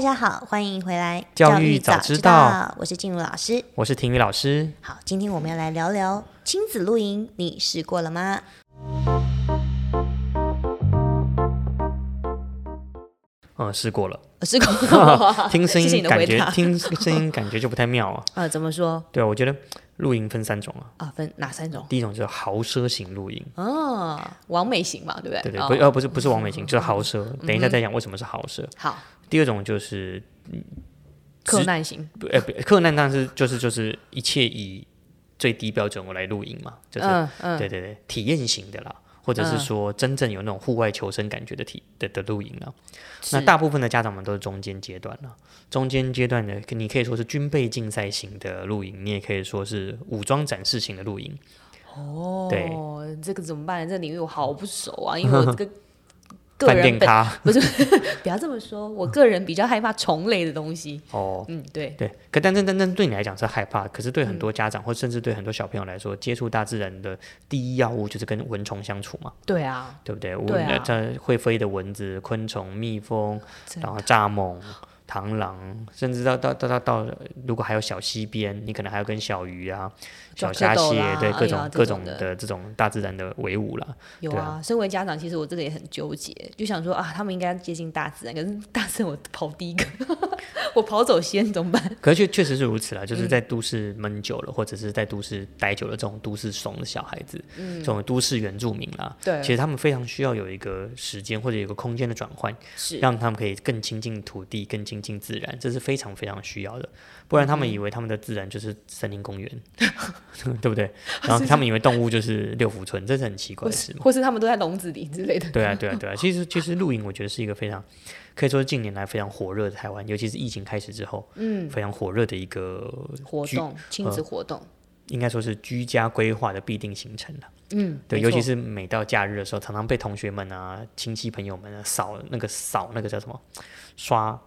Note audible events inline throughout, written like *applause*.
家好，欢迎回来。教育早知道我是静茹老师。我是婷宇老师。好，今天我们要来聊聊亲子露营，你试过了吗？嗯，试过了，，呃试过 *laughs* 听声谢谢音你的回感觉答听声音 *laughs* 感觉就不太妙啊。呃，怎么说对啊，我觉得露营分三种啊，啊？分哪三种？第一种就是豪奢型露营，哦，完美型嘛，对不对？对对，哦嗯不呃不是不是完美型，就是豪奢。等一下再讲为什么是豪奢。好，第二种就是克难型不呃不克难，但是就是就是一切以最低标准我来露营嘛，就是、嗯嗯对对对，体验型的啦，或者是说真正有那种户外求生感觉的体的的露营啊。那大部分的家长们都是中间阶段了，中间阶段的你可以说是军备竞赛型的露营，你也可以说是武装展示型的露营。哦对，这个怎么办？这个领域我好不熟啊，因为我 *laughs* 这个个饭店人本咖不要这么说，我个人比较害怕虫类的东西。哦，嗯，对，对，可但但但但对你来讲是害怕，可是对很多家长、或甚至对很多小朋友来说，接触大自然的第一要务就是跟蚊虫相处嘛。对啊，对不对？对蚊、啊这会飞的蚊子、昆虫、蜜蜂，真然后蚱蜢、螳螂，甚至到到到到到，如果还有小溪边，你可能还要跟小鱼啊、小抓虾蝌蚪蟹，啦对哎各呀种、这各种种的的这种大自然的为伍啦。有对啊。身为家长，其实我这个也很纠结，就想说啊，他们应该接近大自然，可是大自然我跑第一个， *laughs* 我跑走先怎么办？可是确确实是如此啦，嗯就是在都市闷久了，或者是在都市待久了，这种都市怂的小孩子，这种都市原住民啦，嗯对其实他们非常需要有一个时间或者有一个空间的转换，是让他们可以更亲近土地、更亲近自然，这是非常非常需要的。不然他嗯们以为他们的自然就是森林公园， *laughs* 对不对？然后他们以为动物就是六福村，这是很奇怪或的事是嘛。 *laughs* 或是他们都在笼子里之类的。对啊，对啊，对啊。其实其实露营，我觉得是一个非常可以说是近年来非常火热的台湾，尤其是疫情开始之后，嗯，非常火热的一个活居动，亲嗯子活动，应该说是居家规划的必定行程啊了。嗯，对，没尤其错是每到假日的时候，常常被同学们啊、亲戚朋友们啊扫那个扫那个叫什么刷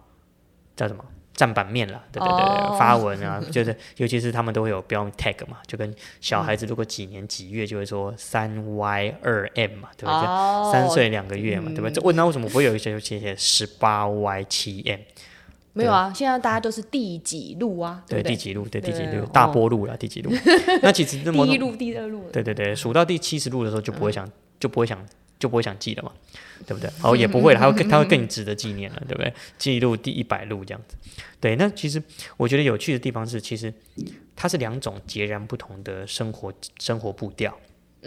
叫什么站版面啦，对对对对哦发文啊， *laughs* 就是尤其是他们都会有标 tag 嘛，就跟小孩子如果几年几月就会说三 Y 二 M 嘛，对吧？哦嗯就三岁两个月嘛，对吧？这问哦那为什么不会有一些就写写十八 Y 七 M？没有啊，现在大家都是第几路啊，对，不第对？几路？对，第几对路？哦大波路啦，第几路？ *laughs* 那其实那么第一路、第二路，对对对，数到第七十路的时候就不会想，就不会想，就不会想记了嘛，对不对？哦，也不会了，他会更他会更值得纪念了，对不对？记录第一百路这样子。对，那其实我觉得有趣的地方是，其实它是两种截然不同的生活生活步调。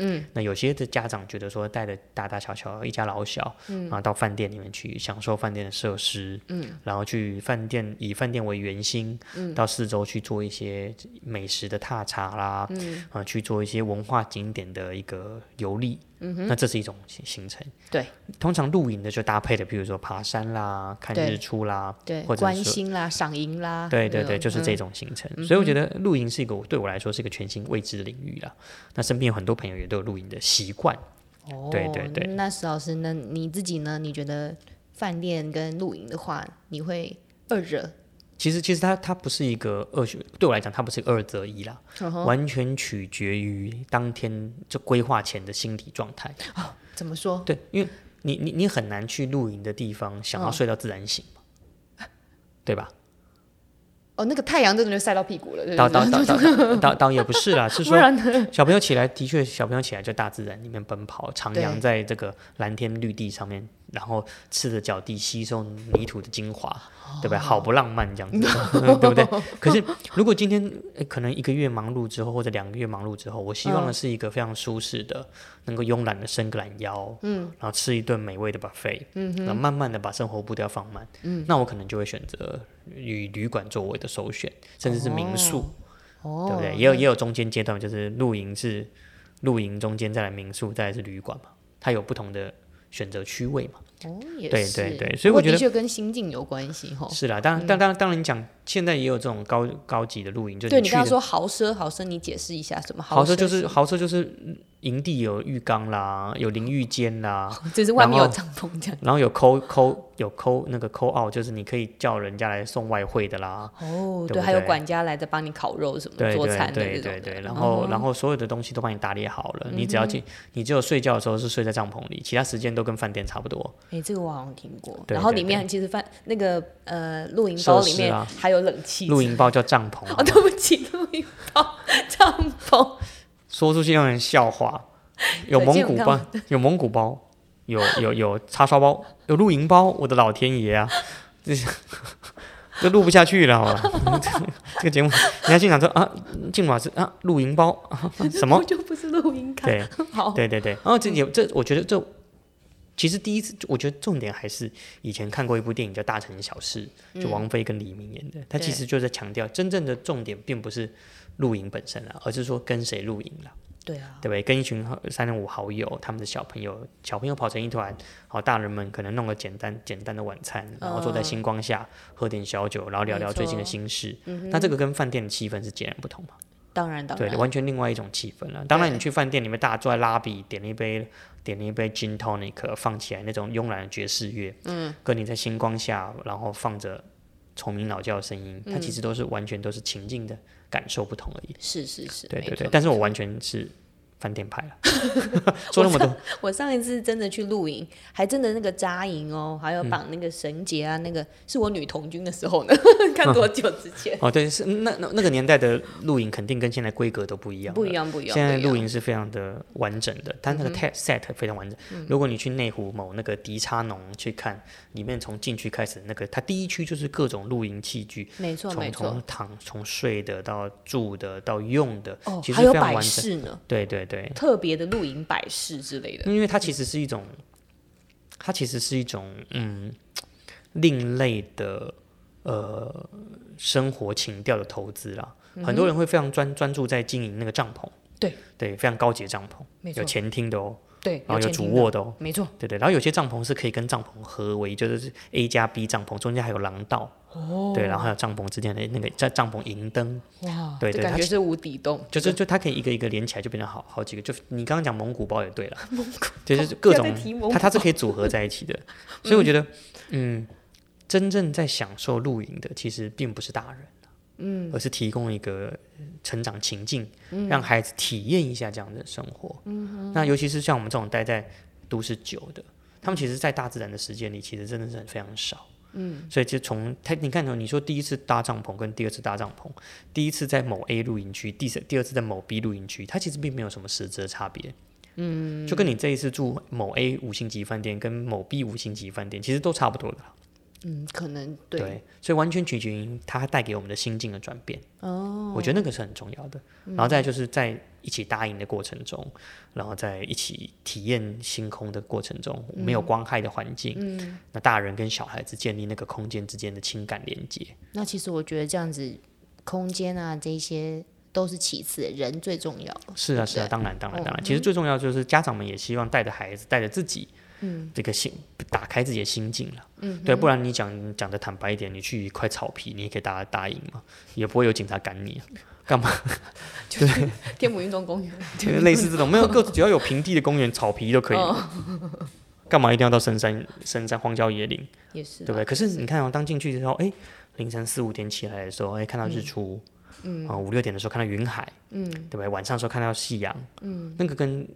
嗯，那有些的家长觉得说带着大大小小一家老小，嗯，然后到饭店里面去享受饭店的设施，嗯，然后去饭店以饭店为圆心，嗯，到四周去做一些美食的踏查啦，嗯，啊、去做一些文化景点的一个游历，嗯哼，那这是一种行行程。对，通常露营的就搭配的，比如说爬山啦、看对日出啦，对，或者关是心啦，赏银啦，嗯对对那对，种就是这种行程。所以我觉得露营是一个我对我来说是一个全新未知的领域啦。那身边有很多朋友也都有露营的习惯，哦，对对对那石老师呢？你自己呢？你觉得饭店跟露营的话，你会二者？其实其实它它不是一个二选，对我来讲它不是二择一啦，嗯哼完全取决于当天就规划前的心理状态。怎么说？对，因为你你你很难去露营的地方想要睡到自然醒嘛，对吧？哦，那个太阳真的就晒到屁股了，对倒不对？*laughs* 倒倒倒倒倒倒也不是啦，是不说然呢？ *laughs* 小朋友起来的确，小朋友起来就大自然里面奔跑，徜对徉在这个蓝天绿地上面，然后吃着脚地吸收泥土的精华，对不对？好不浪漫这 *laughs* 样子，对不对？可是如果今天呃可能一个月忙碌之后，或者两个月忙碌之后，我希望的是一个非常舒适的，能够慵懒的伸个懒腰，嗯，然后吃一顿美味的 buffet，嗯，然后慢慢的把生活步调放慢，嗯，那我可能就会选择与旅馆作为我的首选，甚至是民宿。哦对不对？也有也有中间阶段，就是露营是露营中间再来民宿，再来是旅馆嘛，它有不同的选择区位嘛。哦，也对是对对所以不过我觉得的确跟心境有关系吼。是啦，当然，当当当然你讲，现在也有这种高高级的露营，就是对你你去刚刚的说豪奢，豪奢，你解释一下什么豪奢？车就是豪车就是营地有浴缸啦，有淋浴间啦， *laughs* 就是外面有然后帐篷 *laughs* 这样。然后有扣扣有扣那个扣 out，就是你可以叫人家来送外汇的啦，哦，对不对，还有对管家来在帮你烤肉什么对做对餐的对这对种的哦嗯对，。然后、然后所有的东西都帮你打理好了，你只要进，你只有睡觉的时候是睡在帐篷里，其他时间都跟饭店差不多。哎，这个我好像听过。对然后对里面其实饭那个呃露营设包里施面啊还有冷气。露营包叫帐篷，啊哦，对不起，露营包帐篷。说出去让人笑话。有对蒙这古种包，有蒙古包，有有有叉烧包，有露营包，我的老天爷啊！这 *laughs* 是这录不下去了，好吧？ *laughs* 这个节目，人家进场说啊，进老师啊，露营包啊什 *laughs* 么我？就不是露营卡。对好，对对对，然后这有这，我觉得这其实第一次，我觉得重点还是以前看过一部电影叫《大城小事》，就王菲跟李明演的，他嗯其对实就在强调，真正的重点并不是露营本身啊，而是说跟谁露营啦。对啊，对不对？跟一群好三人五好友，他们的小朋友，小朋友跑成一团，好，大人们可能弄个简单简单的晚餐，然后坐在星光下、喝点小酒，然后聊哦没聊最近的错嗯心事。那这个跟饭店的气氛是截然不同嘛？当然当对，然。完全另外一种气氛了。当然，你去饭店里面，大家坐在拉比，点了一杯点了一杯 gin tonic，放起来那种慵懒的爵士乐，嗯，跟你在星光下，然后放着虫鸣鸟叫的声音，它其实都是完全都是情境的感受不同而已。嗯是是是，对对没对，错但是我完全是饭店 *laughs* 派了，做那么多，我上一次真的去露营，还真的那个扎营哦，还有绑那个绳结啊，那个是我女童军的时候呢， *laughs* 看多久之前？哦，对，是那那那个年代的露营肯定跟现在规格都 *laughs* 不一样，不一。样，不一样。现在不一样露营是非常的完整的，但嗯那个 set set 非常完整。如果你去内湖某那个迪叉农去看，里面从进去开始，那个它第一区就是各种露营器具，没错没从错，从躺从睡的到住的到用的，哦其，实还有非常摆完整。饰呢，对对对，特别的露营摆饰之类的。因为它其实是一种，它其实是一种嗯，另类的呃生活情调的投资啦。很多人会非常专专注在经营那个帐篷，嗯对对，非常高级的帐篷，没错有，前厅的哦，对，然后有前主厅的，卧的哦，没错，对对，然后有些帐篷是可以跟帐篷合为，就是 A 加 B 帐篷中间还有廊道，哦，对，然后还有帐篷之间的那个在帐篷银灯，哇，对这对感它觉其是无底洞，就是就它可以一个一个连起来，就变成好好几个。就你刚刚讲蒙古包也对了，蒙古就是各不种要再提蒙古包它它是可以组合在一起的。 *laughs* 所以我觉得，嗯，真正在享受露营的，其实并不是大人，嗯，而是提供一个呃成长情境，让孩子体验一下这样的生活。嗯，那尤其是像我们这种待在都市久的，他们其实，在大自然的时间里，其实真的是很非常少。嗯，所以其实从他，你看哦，你说第一次搭帐篷跟第二次搭帐篷，第一次在某 A 露营区，第三第二次在某 B 露营区，它其实并没有什么实质的差别。嗯，就跟你这一次住某 A 五星级饭店跟某 B 五星级饭店，其实都差不多的啦。嗯，可能对，对，所以完全取决于它带给我们的心境的转变。哦，嗯我觉得那个是很重要的。然后再来就是在一起搭营的过程中，然后在一起体验星空的过程中，没有光害的环境，嗯、那大人跟小孩子建立那个空间之间的情感连接。那其实我觉得这样子，空间啊这些都是其次，人最重 *laughs* 要。是啊，对不是啊，对当然，当然，嗯当然。其实最重要就是家长们也希望带着孩子，带着自己，嗯，这个心打开自己的心境了。嗯，对，不然你讲讲的坦白一点，你去一块草皮，你也可以打打赢嘛，也不会有警察赶你啊、天母运动公园，就是 *laughs* 类似这种，没有各只要有平地的公园、草皮都可以嘛。干嘛一定要到深山、深山荒郊野岭，也是对啦，不对？可是你看哦，当进去之后，哎，凌晨四五点起来的时候，哎，看到日出，嗯，啊、五六点的时候看到云海，嗯，对不对？晚上的时候看到夕阳，嗯，那个跟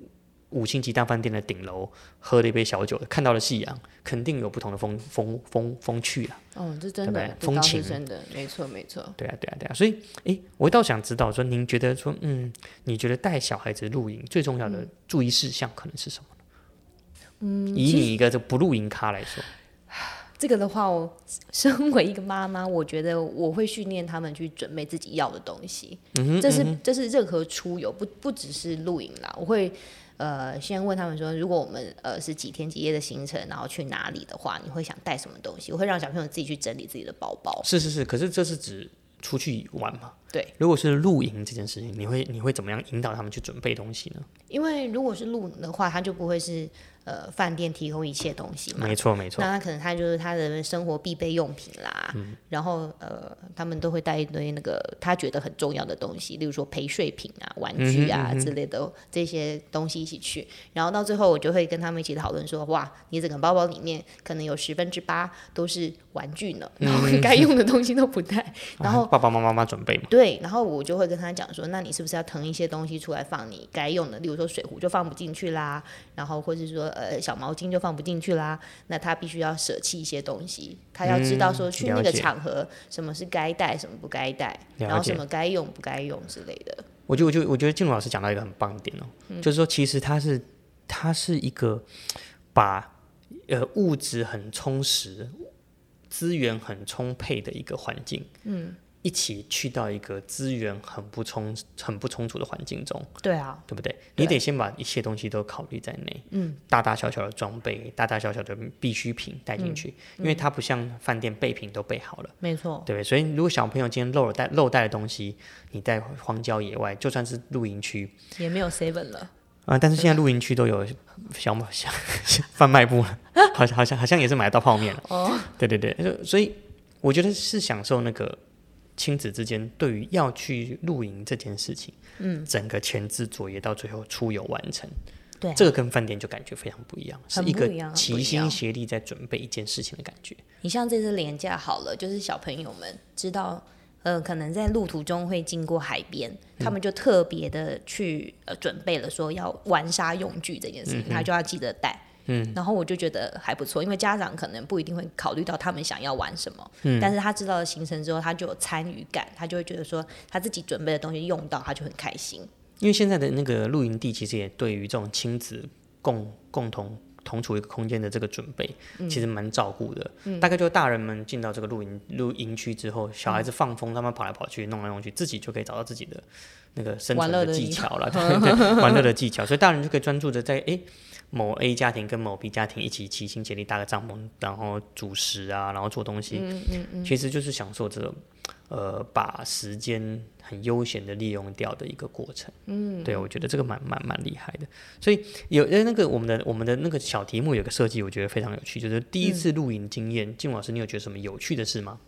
五星级大饭店的顶楼喝了一杯小酒，看到了夕阳，肯定有不同的风风风风趣啊。哦，这真对的不对，这风倒情是真的，没错没错。对啊，对啊，对啊。所以，哎，我倒想知道说，您觉得说，嗯，你觉得带小孩子露营最重要的注意事项可能是什么呢？嗯，以你一个这不露营咖来说，这个的话，我身为一个妈妈，我觉得我会训练他们去准备自己要的东西。嗯、这是这是任何出游，不不只是露营啦，我会。呃，先问他们说，如果我们呃是几天几夜的行程，然后去哪里的话，你会想带什么东西？我会让小朋友自己去整理自己的包包。是是是，可是这是指出去玩嘛？对。如果是露营这件事情，你会你会怎么样引导他们去准备东西呢？因为如果是露营的话，它就不会是呃饭店提供一切东西嘛。没错，没错。哦嗯那他可能他就是他的生活必备用品啦，然后呃，他们都会带一堆那个他觉得很重要的东西，例如说陪睡品啊、玩具嗯啊之类的这些东西一起去。然后到最后，我就会跟他们一起讨论说，哇，你整个包包里面可能有十分之嗯八都是玩具呢，然后该用的东西都不带，然后 *laughs* 啊爸爸妈妈妈准备嘛？对对，然后我就会跟他讲说，那你是不是要腾一些东西出来放你该用的？例如说水壶就放不进去啦，然后或是说呃小毛巾就放不进去啦。那他必须要舍弃一些东西，他要知道说嗯去那了个解场合什么是该带，什么不该带，然了后解什么该用不该用之类的。我就我就我觉得静茹老师讲到一个很棒的点哦，嗯就是说其实他是他是一个把呃物质很充实、资源很充沛的一个环境，嗯，一起去到一个资源很不充很不充足的环境中，对啊，对不对？你得先把一切东西都考虑在内，嗯，大大小小的装备、大大小小的必需品带进去，因为它不像饭店备品都备好了。没错，对，所以如果小朋友今天漏了带漏带的东西，你带荒郊野外，就算是露营区也没有 seven 了。啊、但是现在露营区都有小小小贩卖部了，好像好像好像也是买得到泡面了。哦，对对对，就所以我觉得是享受那个亲子之间对于要去露营这件事情，嗯，整个前置作业到最后出游完成，对啊这个跟饭店就感觉非常不一样，是很一不个一样很不齐一心样协力在准备一件事情的感觉。你像这次廉价好了，就是小朋友们知道，呃，可能在路途中会经过海边，他嗯们就特别的去呃准备了，说要玩沙用具这件事情，他嗯就要记得带。嗯，然后我就觉得还不错，因为家长可能不一定会考虑到他们想要玩什么，嗯、但是他知道了行程之后，他就有参与感，他就会觉得说他自己准备的东西用到，他就很开心。因为现在的那个露营地，其实也对于这种亲子共共同同处一个空间的这个准备，嗯其实蛮照顾的。大概就大人们进到这个露营露营区之后，小孩子放风，他们跑来跑去，弄来弄去，自己就可以找到自己的那个生存玩乐的技地巧了，*laughs* 对对，玩乐的技巧。所以大人就可以专注的在诶某 A 家庭跟某 B 家庭一起齐心协力搭个帐篷，然后煮食啊，然后做东西，嗯其实就是享受这种呃把时间很悠闲的利用掉的一个过程。嗯，对，我觉得这个蛮蛮蛮厉害的。所以有呃那个我们的我们的那个小题目有个设计，我觉得非常有趣，就是第一嗯次露营经验。静、茹老师，你有觉得什么有趣的事吗？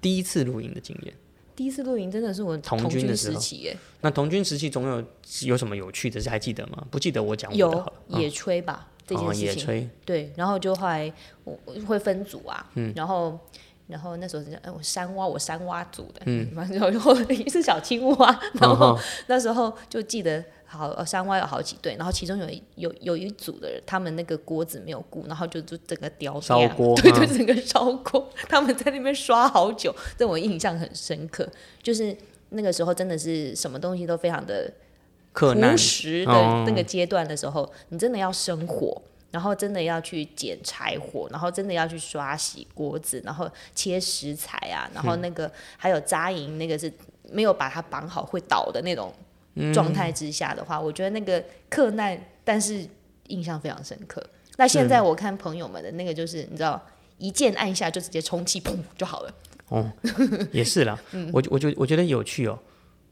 第一次露营的经验，第一次露营真的是我童童军的军时时候期耶，那童军时期总有有什么有趣的事还记得吗？不记得我讲我的有好了。野炊吧、这件哦，事野情，炊，对，然后就后来我我会分组啊，嗯然后然后那时候人家哎我山蛙我山蛙组的，嗯，完之后 *laughs* 然后一是小青蛙，然哦后那时候就记得好呃山蛙有好几对，然后其中有一有有一组的人，他们那个锅子没有顾，然后就就整个雕烧掉 *laughs* 锅对对，嗯整个烧锅，他们在那边刷好久，这我印象很深刻，就是。那个时候真的是什么东西都非常的克难哦朴，实的那个阶段的时候，你真的要生火，然后真的要去捡柴火，然后真的要去刷洗锅子，然后切食材啊，嗯然后那个、还有扎营，那个是没有把它绑好会倒的那种嗯状态之下的话，我觉得那个克难，但是印象非常深刻。那现在我看朋友们的那个，就是你知道。一键按下就直接充气，砰就好了。 *laughs* 也是啦，我我觉我觉得有趣哦。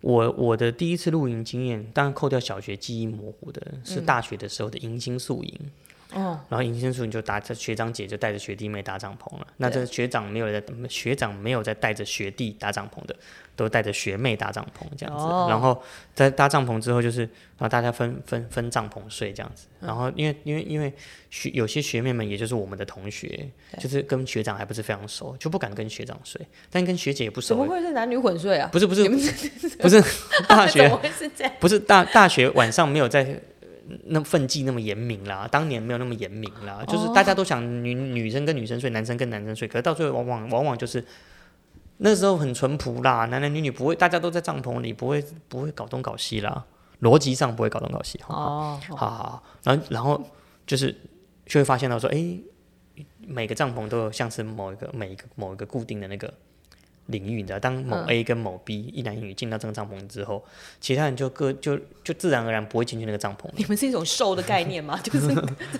我我的第一次露营经验，当然扣掉小学记忆模糊的，是大学的时候的迎新宿营。哦、然后迎新宿营就搭着学长姐就带着学弟妹搭帐篷了。那这学长没有在学长没有在带着学弟搭帐篷的，都带着学妹搭帐篷这样子。哦然后在搭帐篷之后，就是然后大家分分分帐篷睡这样子。然后因为因为因为学有些学妹们，也就是我们的同学，就是跟学长还不是非常熟，就不敢跟学长睡，但跟学姐也不熟怎。欸么会是男女混睡啊？不是不是不是大 *laughs* 怎么学会是这样？不是大大学晚上没有在呃那分际那么严明啦，当年没有那么严明啦，就是大哦家都想女女生跟女生睡，男生跟男生睡，可是到最后往往往往就是那时候很淳朴啦，男男女女不会，大家都在帐篷里，不会不会搞东搞西啦，逻辑上不会搞东搞西。好吗哦，好好好，然后然后就是就会发现到说，诶，每个帐篷都有像是某一个每一个某一个固定的那个领域，你知道，当某 A 跟某 B、一男一女进到这个帐篷之后，其他人就各就就自然而然不会进去那个帐 *laughs* 篷了。你们是一种瘦的概 *laughs* 念吗？就是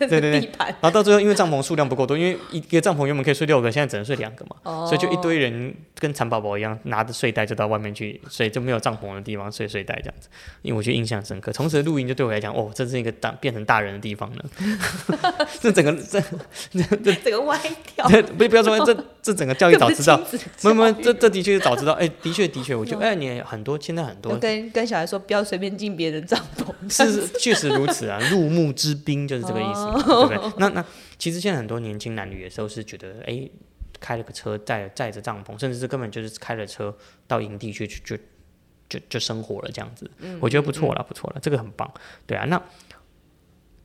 这对对是地盘，然后到最后，因为帐篷数量不够多，因为一个帐篷原本可以睡六个，现在只能睡两个嘛，所以就一堆人跟蚕宝宝一样拿着睡袋就到外面去睡，就没有帐篷的地方睡睡袋这样子。因为我就印象深刻，从此露营就对我来讲，哦，这是一个大变成大人的地方 *laughs* 了。这整个这整个歪 *laughs* 掉。这不不要说这 *laughs* 这整个教育早知道，根本是亲子没教育有没有，这这的确是早知道，哎，的确的确，我觉得哎，你很多现在很多都跟跟小孩说不要随便进别人帐篷。是 *laughs* 确实如此啊，入木之滨就是这个意思嘛，对不对？那那其实现在很多年轻男女也都是觉得，哎，开了个车载载着帐篷，甚至是根本就是开了车到营地去去就就就生活了这样子，我觉得不错了，不错了，这个很棒，对啊，那。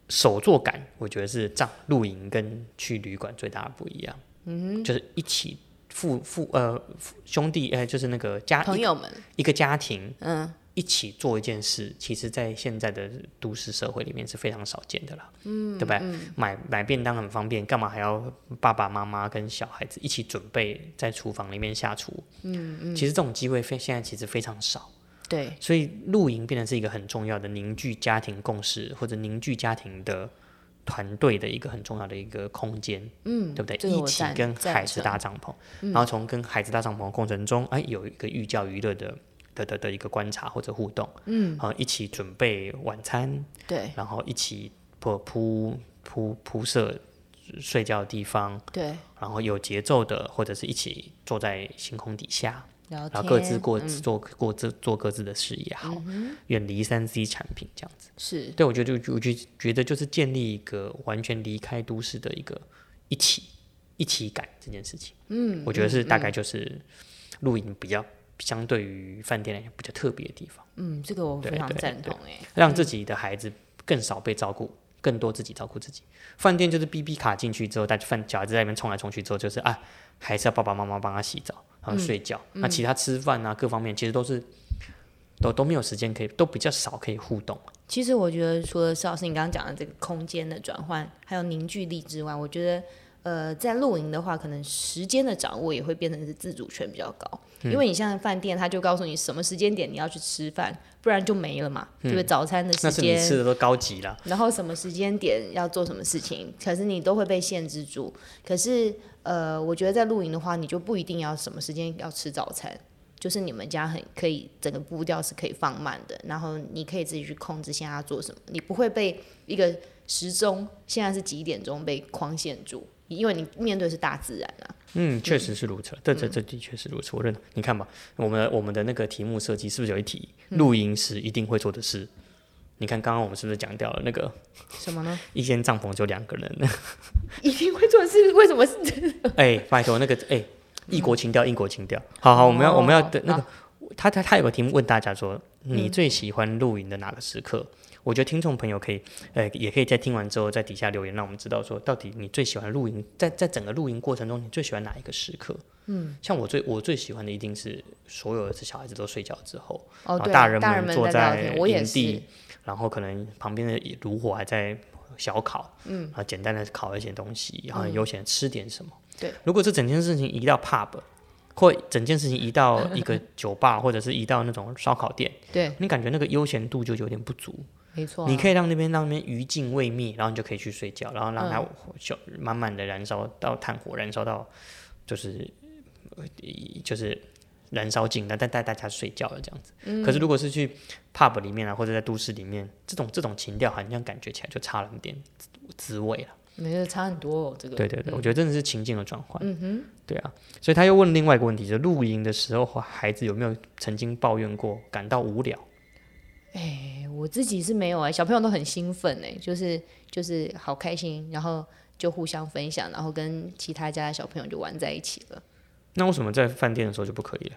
手作感，我觉得是帐露营跟去旅馆最大的不一样。嗯，就是一起父父呃父兄弟哎、呃就是那个家朋友们，一个家庭嗯，一起做一件事，其实，在现在的都市社会里面是非常少见的啦，嗯，对不对？买买便当很方便，干嘛还要爸爸妈妈跟小孩子一起准备在厨房里面下厨？嗯嗯，其实这种机会非现在其实非常少，对，所以露营变成是一个很重要的凝聚家庭共识或者凝聚家庭的团队的一个很重要的一个空间，嗯，对不对？这个一我起赞跟赞孩子成嗯搭帐篷，然后从跟孩子搭帐篷的过程中，哎，有一个寓教于乐的的的的一个观察或者互动，嗯，好，一起准备晚餐，对然后一起铺铺铺铺设睡觉的地方，对，然后有节奏的，或者是一起坐在星空底下，聊然天，后各自嗯过、做过自做各自的事也好，远离三 C 产品这样子。是对，我觉得就我就觉得就是建立一个完全离开都市的一个一起一起感这件事情。嗯，我觉得是大概就是露营比较相对于饭店来讲比较特别的地方，嗯，这个我对非常对赞对同哎、让自己的孩子更少被照顾。更多自己照顾自己，饭店就是 B B 卡进去之后，带饭小孩子在里面冲来冲去之后，就是啊，还是要爸爸妈妈帮他洗澡，然后睡觉。那其他吃饭啊，各方面其实都是都都没有时间可以，都比较少可以互动。其实我觉得，除了邵老师你刚刚讲的这个空间的转换，还有凝聚力之外，我觉得，呃，在露营的话，可能时间的掌握也会变成是自主权比较高，嗯因为你像饭店，他就告诉你什么时间点你要去吃饭，不然就没了嘛，对不对？早餐的时嗯那是你吃间，的都高级啦，然后什么时间点要做什么事情，可是你都会被限制住。可是，呃，我觉得在露营的话，你就不一定要什么时间要吃早餐。就是你们家很可以整个步调是可以放慢的，然后你可以自己去控制现在要做什么，你不会被一个时钟现在是几点钟被框限住，因为你面对是大自然啊。嗯，确实是如此，这这这的确是如此，我认同。你看吧，我们的我们的那个题目设计是不是有一题露营时一定会做的事？你看刚刚我们是不是讲掉了那个什么呢？ *laughs* 一间帐篷就两个人？一定会做的事，为什么是？ *laughs* 哎，拜托那个哎，异国情调，异国情调。好哦好，我们要、我们要的那个，他他他有个题目问大家说，你最喜欢露营的哪个时刻？我觉得听众朋友可以，呃，也可以在听完之后在底下留言，让我们知道说到底你最喜欢露营，在在整个露营过程中你最喜欢哪一个时刻？嗯，像我最我最喜欢的一定是所有的小孩子都睡觉之后，哦，然后对，啊大大人们们坐在在聊天，我也营是地，然后可能旁边的炉火还在小烤，嗯，然后简单的烤一些东西，然后很悠闲地吃点什么。嗯对，如果这整件事情移到 pub，或整件事情移到 *laughs* 一个酒吧，或者是移到那种烧烤店，对，你感觉那个悠闲度就有点不足。没错啊、你可以让那边让那边余烬未灭，然后你就可以去睡觉，然后让它就慢慢的燃烧到炭火燃烧到就是呃就是燃烧尽，但但带大家睡觉了这样子。可是如果是去 pub 里面啊，或者在都市里面，这种这种情调好像感觉起来就差了一点滋滋味了。没有差很多、哦，这个对对对，我觉得真的是情境的转换。嗯哼，对啊，所以他又问另外一个问题，就是露营的时候，孩子有没有曾经抱怨过感到无聊？哎我自己是没有哎、小朋友都很兴奋哎、就是就是好开心，然后就互相分享，然后跟其他家的小朋友就玩在一起了。那为什么在饭店的时候就不可以了？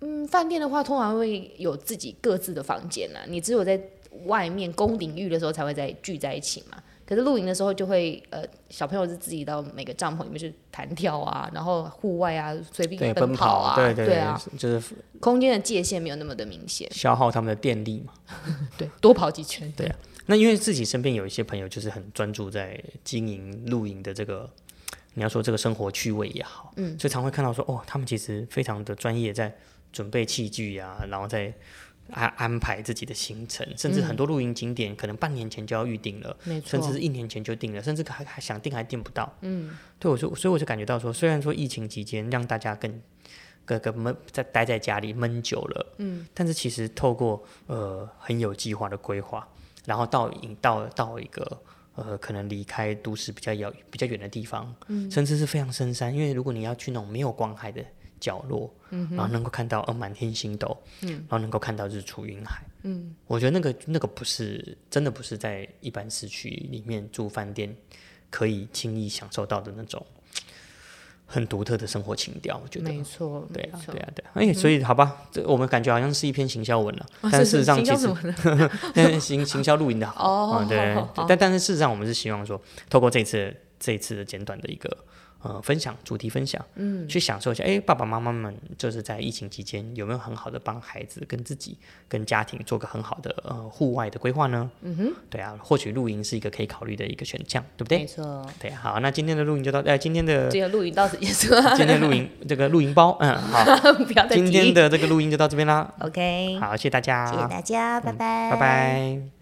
嗯，饭店的话通常会有自己各自的房间啦，你只有在外面公领域的时候才会在聚在一起嘛。可是露营的时候就会呃，小朋友是自己到每个帐篷里面去弹跳啊，然后户外啊，随便奔跑啊，对对啊，，就是空间的界限没有那么的明显，消耗他们的电力嘛。对，多跑几圈，对啊，那因为自己身边有一些朋友，就是很专注在经营露营的这个，你要说这个生活趣味也好，嗯，所以常会看到说，哦，他们其实非常的专业，在准备器具啊，然后再安安排自己的行程，甚嗯至很多露营景点可能半年前就要预定了，没错甚，至是一年前就定了，甚至还还想定还定不到。嗯，对，我就所以我就感觉到说，虽然说疫情期间让大家更更更闷在待在家里闷久了，嗯，但是其实透过呃很有计划的规划，然后到引到到一个。呃，可能离开都市比较遥比较远的地方，嗯、甚至是非常深山，因为如果你要去那种没有光害的角落，嗯、然后能够看到呃满天星斗，嗯、然后能够看到日出云海，我觉得那个那个不是真的不是在一般市区里面住饭店可以轻易享受到的那种很独特的生活情调，我觉得。没错，对啊嗯没，错嗯对啊，对啊，哎、所以好吧，这我们感觉好像是一篇行销文了，但事实上哦行其销实什么呢 *laughs* 但行行销露营的好，哦嗯对对好对好好但但是事实上我们是希望说，透过这一次这一次的简短的一个呃分享主题分享，嗯，去享受一下，哎，爸爸妈妈们就是在疫情期间有没有很好的帮孩子跟自己跟家庭做个很好的呃户外的规划呢？嗯哼，对啊，或许露营是一个可以考虑的一个选项，对不没对？错，对，啊好，那今天的露营就到，呃，今天的 *laughs* 这个录影到此结束，啊今天露营这个露营包，嗯，好。 *laughs* 不要再今天提。的这个录音就到这边啦， OK，好，谢谢大家，谢谢大家，拜拜，嗯拜拜。